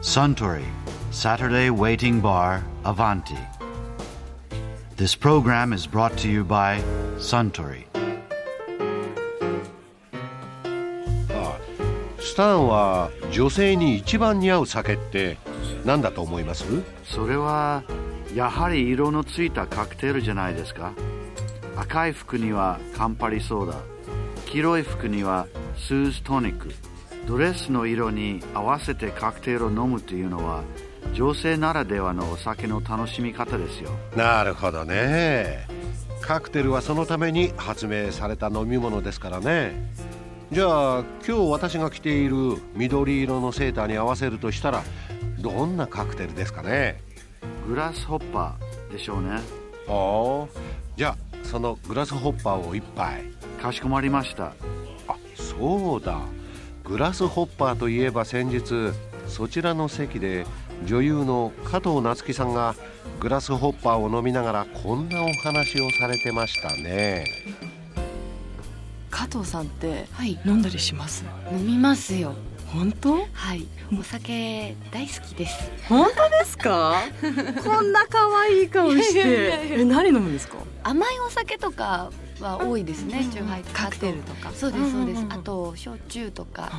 Suntory Saturday Waiting Bar Avanti. This program is brought to you by Suntory. スタンは女性に一番似合う酒って何だと思いますそれはやはり色のついたカクテルじゃないですか赤い服にはカンパリソーダ黄色い服にはスーストニックドレスの色に合わせてカクテルを飲むというのは女性ならではのお酒の楽しみ方ですよなるほどねカクテルはそのために発明された飲み物ですからねじゃあ今日私が着ている緑色のセーターに合わせるとしたらどんなカクテルですかねグラスホッパーでしょうねああじゃあそのグラスホッパーを一杯かしこまりましたあそうだグラスホッパーといえば先日そちらの席で女優の加藤夏希さんがグラスホッパーを飲みながらこんなお話をされてましたね加藤さんってはい、飲んだりします飲みますよ。本当はい、お酒大好きです。本当です かこんな可愛い顔しいやいやいてえ何飲むんですか甘いお酒とかは多いですうんね。チューハイとかカクテルとかそうですそうです。うんうんうんあと焼酎とか。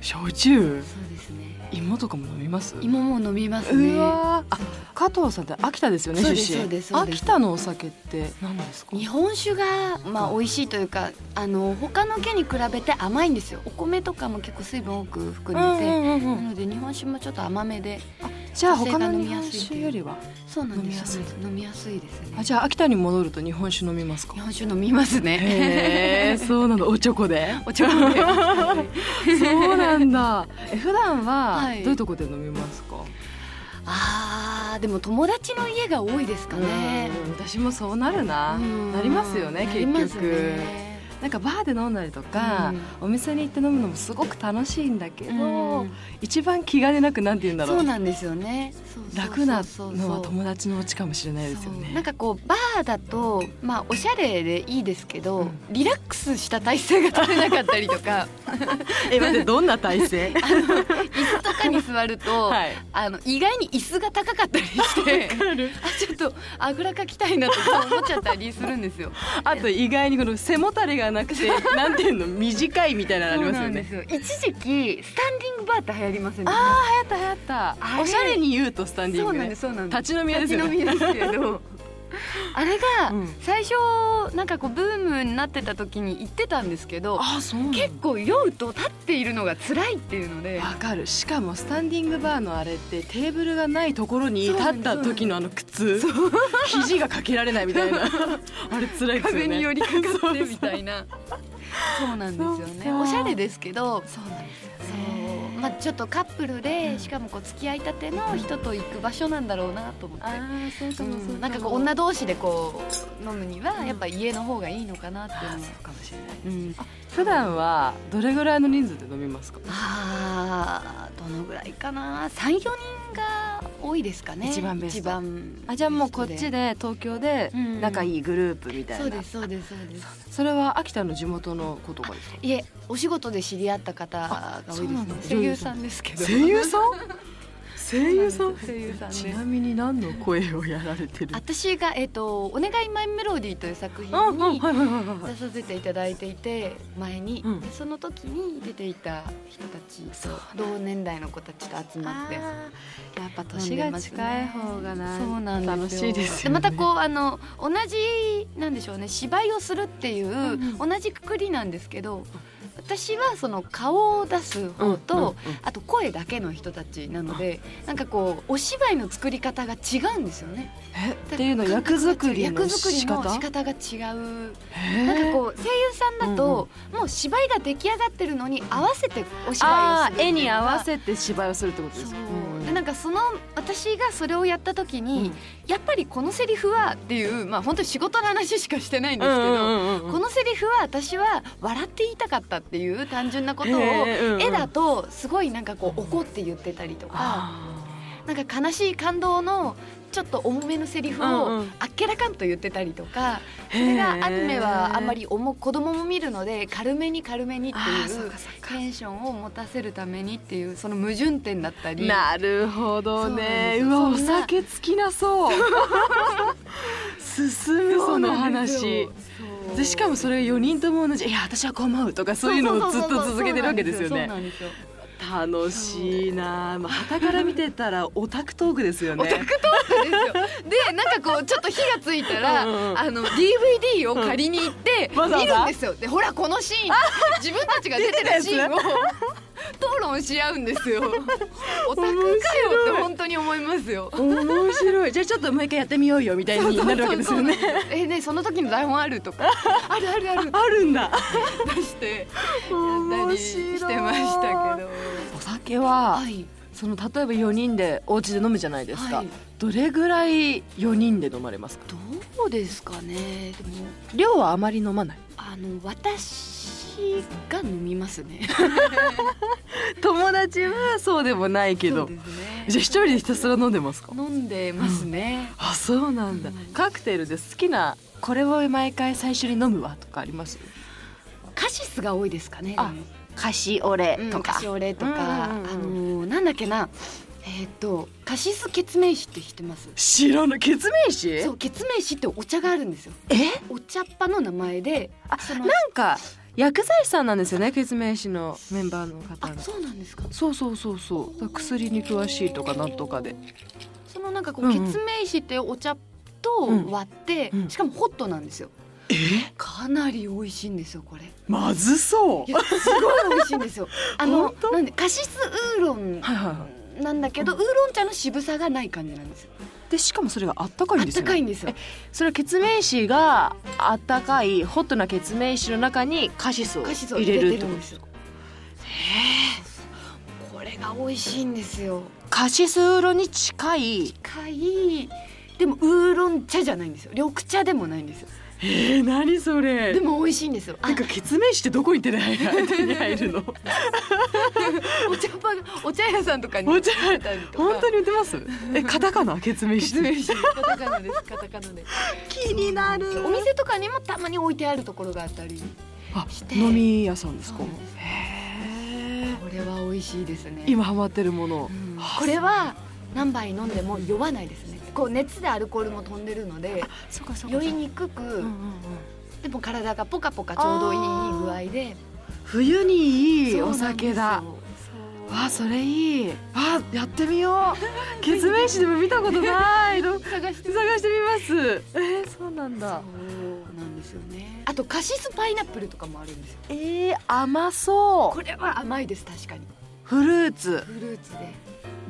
焼酎そうですね。芋とかも飲みます芋も飲みますうね。わーあ加藤さんって秋田ですよね出そう身ですそうですそうです秋田のお酒って何ですか日本酒がまあ美味しいというか、あの他の家に比べて甘いんですよ。お米とかも結構水分多く含んでて、うんうんうんうなんので日本酒もちょっと甘めで、じゃあ女性他がの飲日みや本すいっていう酒よりはそうなんで飲みやすすいそうなんです飲みやすいですねあ。じゃあ秋田に戻ると日本酒飲みますか日本酒飲みますね。へえそうなんだおちょこでお茶飲んでます ね。そうなんだえ普段ははいどういうとこで飲みますか、あーでも友達の家が多いですかね。うん私もそうなるな、うんなりますよねな結り局ますねなんかバーで飲んだりとか、お店に行って飲むのもすごく楽しいんだけど、うん一番気兼ねなくなんて言うんだろそううなんですよね。そうそうそうそう楽なのは友達のうちかもしれないですよそねうなんかこうバーだとまあおしゃれでいいですけど、うんリラックスした体勢が取れなかったり とかえ待ってどんな体 勢椅子とかに座ると、はいあの意外に椅子が高かったりしてあちょっとあぐらかきたいなとか思っちゃったりするんですよ。あと意外にこの背もたれがなくてなんていう の短いみたい なのありますよねそうなんですよ一時期スタンディングバーって流行りませんでしたああ流行った流行っあたれおしゃれに言うとスタンディンそうグなんねですそうなんです立ち飲み屋ですよね立ち飲み屋です けどあれがうん最初なんかこうブームになってた時に行ってたんですけどああそうなんだ結構酔うと立っているのが辛いっていうのでわかるしかもスタンディングバーのあれってテーブルがないところに立った時のあの靴肘がかけられないみた いなあれ辛いですよね壁に寄りかかってみたいなそうなんですよそねうかおしゃれですけどそうなんですよそうまあちょっとカップルでしかもこう付き合いたての人と行く場所なんだろうなと思ってああそうかもそうなんかこう女同士でこう飲むにはやっぱ家の方がいいのかなっていうのはかもしれないうん普段はどれぐらいの人数で飲みますか、あーどのぐらいかな34人が多いですかね一番ベスト一番あじゃあもうこっちで東京でうん仲いいグループみたいな、そうですそうですそうですそれは秋田の地元の子とかですかいえお仕事で知り合った方が多あいそうでなすんだね声優さんですけどさん声声優さんですちなみに何の声をやられてる私がえっ、とお願いマイメロディーという作品うんうんにはいはいはいはい出させていただいていて前に、うんでその時に出ていた人たちと同年代の子たちと集まってあーやっぱ飲ん年でがますね近い方がなそうなんですよ楽しいですよ、ね、またこうあの同じなんでしょうね芝居をするっていう、ん同じくくりなんですけど私はその顔を出す方と、うんうんうんあと声だけの人たちなのでなんかこうお芝居の作り方が違うんですよね。えっていうのは役作りの役作り仕の方仕方が違うへーなんかこう声優さんだと、もう芝居が出来上がってるのに合わせてお芝居をあすーるってい絵うのがに合わせて芝居をするってことでそすうか、でなんかその私がそれをやった時に、やっぱりこのセリフはっていうまあ本当に仕事の話しかしてないんですけど、こののセリフは私は笑って言いたかったっていう単純なことを、へーうんうん絵だとすごいなんかこう怒って言ってたりとか。あなんか悲しい感動のちょっと重めのセリフうんうをんあっけらかんと言ってたりとか、そそれがアニメはあんまり重子供も見るので軽めに軽めにってあーいそううかそうかテンションを持たせるためにっていうその矛盾点だったりなるほどねうそうなわんおですよそんな酒好きなそう 進むその話でしかもそれが4人とも同じ「いや私はこう思う」とかそういうのをずっと続けてるわけですよね楽しいなあまあ傍から見てたらオタクトークですよねですよでなんかこうちょっと火がついたらうんうんあの DVD を借りに行ってうんわざわ見ざるんですよでほらこのシーン自分たちが出てるシーンを 討論し合うんですよオタクかよって本当に思いますよ面白いじゃあちょっともう一回やってみようよみたいになるわけですよねそうそうそうそうえねその時の台本あるとかあるあるあるあるんだ出してやった面白りいしてましたけどお酒ははいその例えば4人でお家で飲むじゃないですか、はいどれぐらい4人で飲まれますかどうですかねでも量はあまり飲まないあの私が飲みますね 友達はそうでもないけそうですねじゃあ一人でひたすら飲んでますか飲んでますね、あそうなんだ、うんカクテルで好きなこれを毎回最初に飲むわとかありますカシスが多いですかねあカシオレとかカシオレとか、うんうんうんあのなんだっけなえーっとカシス結面師って知ってます知らない血面師そう結面師ってお茶があるんですよえお茶っ葉の名前であそのなんか薬剤師さんなんですよね血面師のメンバーの方あがそうなんですかそうそうそうそう薬に詳しいとかなんとかでそのなんかこううん血うん明石っていうお茶とうん割って、うんしかもホットなんですよえかなり美味しいんですよ これまずそいやすごい美味しいん ですよあの本当なんでカシスウーロンはいはいはなんだけど、ウーロン茶の渋さがない感じなんですよいでしかもそれがあったかいあんっですたよかいんですよそれは血面師があったかいホットな血面師の中にカシスをカシスを入入れれるてってるこんとですよこれが美味しいんですよカシスウーロンに近いかいでもウーロン茶じゃないんですよ緑茶でもないんですよえー、何それでも美味しいんですよあ血面師ってどこに手に 入るのお茶パンお茶屋さんとかにお茶売ってたりとかに売ってますえカタカナ血面失礼しカタカナですカタカナで気になるお店とかにもたまに置いてあるところがあったりあして飲み屋さんですかそうなんですへーこれは美味しいですね今ハマってるものうんこれは何杯飲んでも酔わないですねこう熱でアルコールも飛んでるのでそうかそ酔いにくくでも体がポカポカちょうどいい具合で冬にいいそうおなんです酒よだそうわあそれいいあやってみよ う血面師でも見たことないの探してみ探してみますえー、そうなんただそうなんですよねあとカシスパイナップルとかもあるんですよえー、甘そこうれは甘いです確かにフルーツフルーツで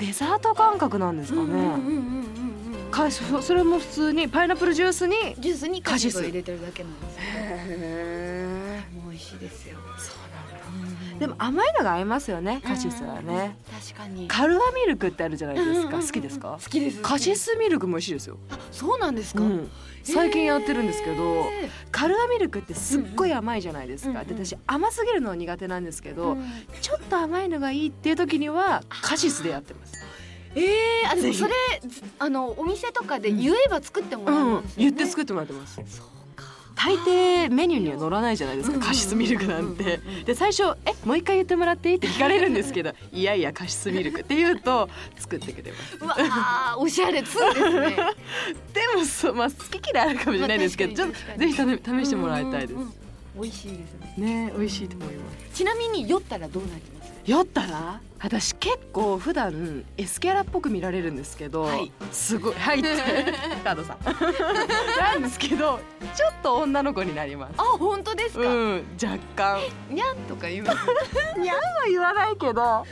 デザート感覚なんですかね、うんうんうんうんうんうんかそそれも普通にパイナップルジュースにジュースにカシスをカシス入れてるだけなんですよへもう美味しいですよ、でも甘いのが合いますよねカシスはね、確かにカルアミルクってあるじゃないですか、うんうんうんうん好きですか好きですカシスミルクも美味しいですよ、あそうなんですか、うん最近やってるんですけど、えカルアミルクってすっごい甘いじゃないですか、うんうんで私甘すぎるのは苦手なんですけーど、うんちょっと甘いのがいいっていう時にはカシスでやってますえー、あでぜもひそれずあのお店とかで言えば作ってもうらえん、るんですよね、言って作ってもらってますそうか大抵メニューには載らないじゃないですかうんうんカシスミルクなんてうんうんうんで最初「えもう一回言ってもらっていい?」って聞かれるんですけど「いやいやカシスミルク」って言うと作ってくれますうわあおしゃれ通ですね でもそう、まあ、好き嫌いあるかもしれないですけど、まちょっあ確かとにぜひ試試してもらいたいです、うんうんうん美味しいですねね美味しいと思いますちなみに酔ったらどうなります酔ったら私結構普段エスキャラっぽく見られるんですけど、はいすごい「はい」って カードさんなんですけどちょっと女の子になりますあ本当ですうか、ん若干にゃんとか言います言わないけど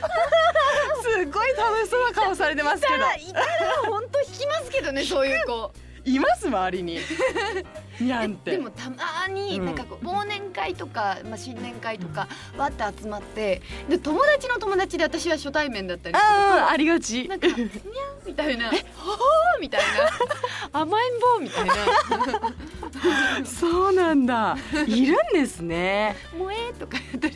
すっごい楽しそうな顔されてます けどいたら本当引きますけどねそういう子 います周りににゃんってででもたまにうんなんかこう忘年会とか、まあ、新年会とかわって集まってで友達の友達で私は初対面だったりすああありがち るなんか「にゃん」みたいな「えほほー」みたい な「甘えん坊」みたいなそうなんだいるんですね「萌え」とか言っ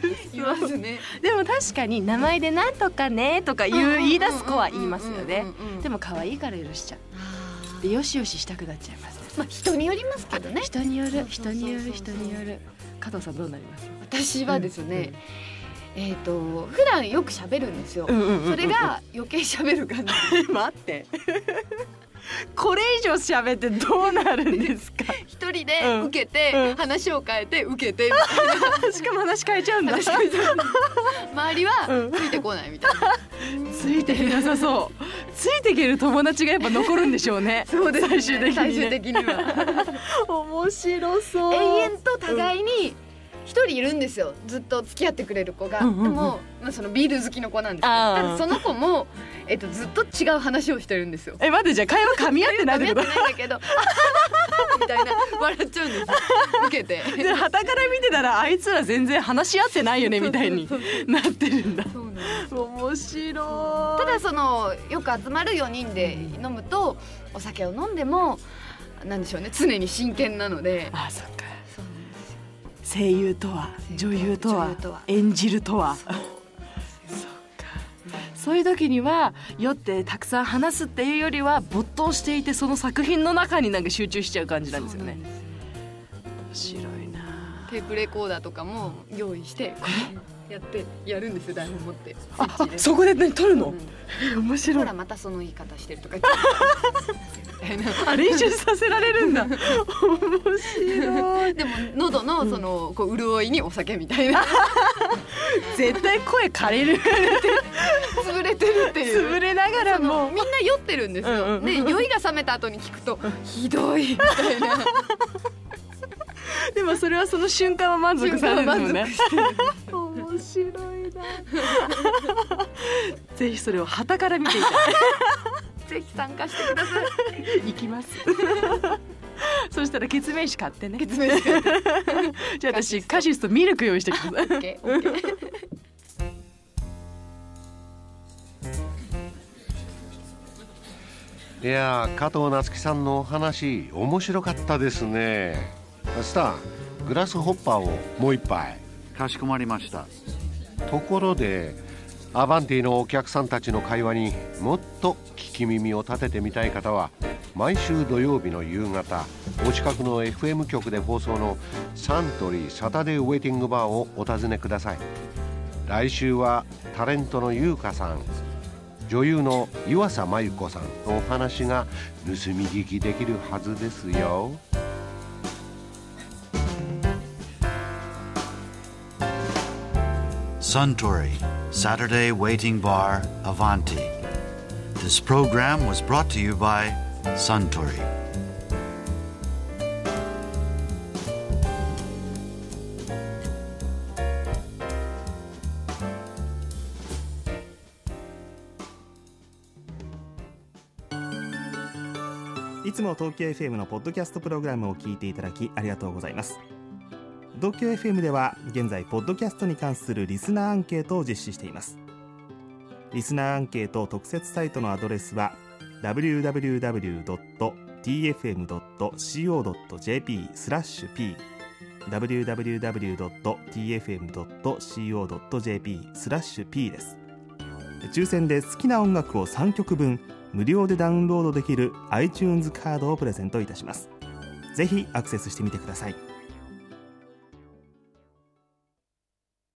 たり言いますね。でも確かに名前でなんとかねとか言う言い出す子は言いますようねんうんうんうん。でも可愛いから許しちゃうあーでよしよししたくなっちゃいますまあ人によりますけどね。人によそうるそうそ人うそうによる人による加藤さんどうなります私はですね、えっ、と普段よく喋るんですよ。んうんそれが余計喋る感じ。待ってこれ以上喋ってどうなるんです か一人で受けて、うんうん話を変えて受けてしかも話変えちゃうんだ話変えち ゃう周りうはんついてこないみたいな。ついていなさそうついていける友達がやっぱ残るんでしょうね そうです、最終的に、ね、最終的には面白そう永遠と互いに一人いるんですよずっと付き合ってくれる子が、うんうんうんでも、まあ、そのビール好きの子なんですけどあーただその子も、えっとずっと違う話をしてるんですよえ待ってじゃあ会話噛み合ってないって見えこてとないんだ けどあはははみたいな笑っちゃうんですよ受けて で旗から見てたらあいつら全然話し合ってないよねみたいになってるんだそうなんです面白ただそのよく集まる4人で飲むとお酒を飲んでもなんでしょうね常に真剣なのであそっかそうなんですよ声優とは女声優優とは女優とは演じるとはそうそういう時には酔ってたくさん話すっていうよりは没頭していてその作品の中になんか集中しちゃう感じなんですよねそうなんです面白よいなテープレコーダーとかも用意してこうやってやるんですよ台本持ってスイあッチでそこで何撮るのうんえ面白ほいらまたその言い方してるとか言ってみたい なあ練習させられるんだ 面白いでも喉のそのこう潤いにお酒みたいな 絶対声枯れる潰れてるっていう潰れながらそのもみんな酔ってるんですよ、うんうんで酔いが覚めた後に聞くとひどいみた いなでもそれはその瞬間は満足されるのね瞬面白いなぜひそれを旗から見ていたぜひ参加してください行きますそしたら血面紙買ってね説明してくだじゃあ私カシスとミルク用意してきますさい OK OK いやー加藤夏樹さんのお話面白かったですねスターグラスホッパーをもう一杯かしこまりましたところでアバンティのお客さんたちの会話にもっと聞き耳を立ててみたい方は毎週土曜日の夕方お近くの FM 局で放送のサントリーサタデーウェイティングバーをお尋ねください来週はタレントの優香さん女優の湯浅真由子さんのお話が盗み聞きできるはずですよ。 Suntory Saturday Waiting Bar Avanti This program was brought to you by Suntory FM いつも東京 FM のポッドキャストプログラムを聞いていただきありがとうございます東京 FM では現在ポッドキャストに関するリスナーアンケートを実施していますリスナーアンケート特設サイトのアドレスは www.tfm.co.jp スラッシュ p www.tfm.co.jp スラッシュ p です抽選で好きな音楽を3曲分無料でダウンロードできる iTunes カードをプレゼントいたしますぜひアクセスしてみてください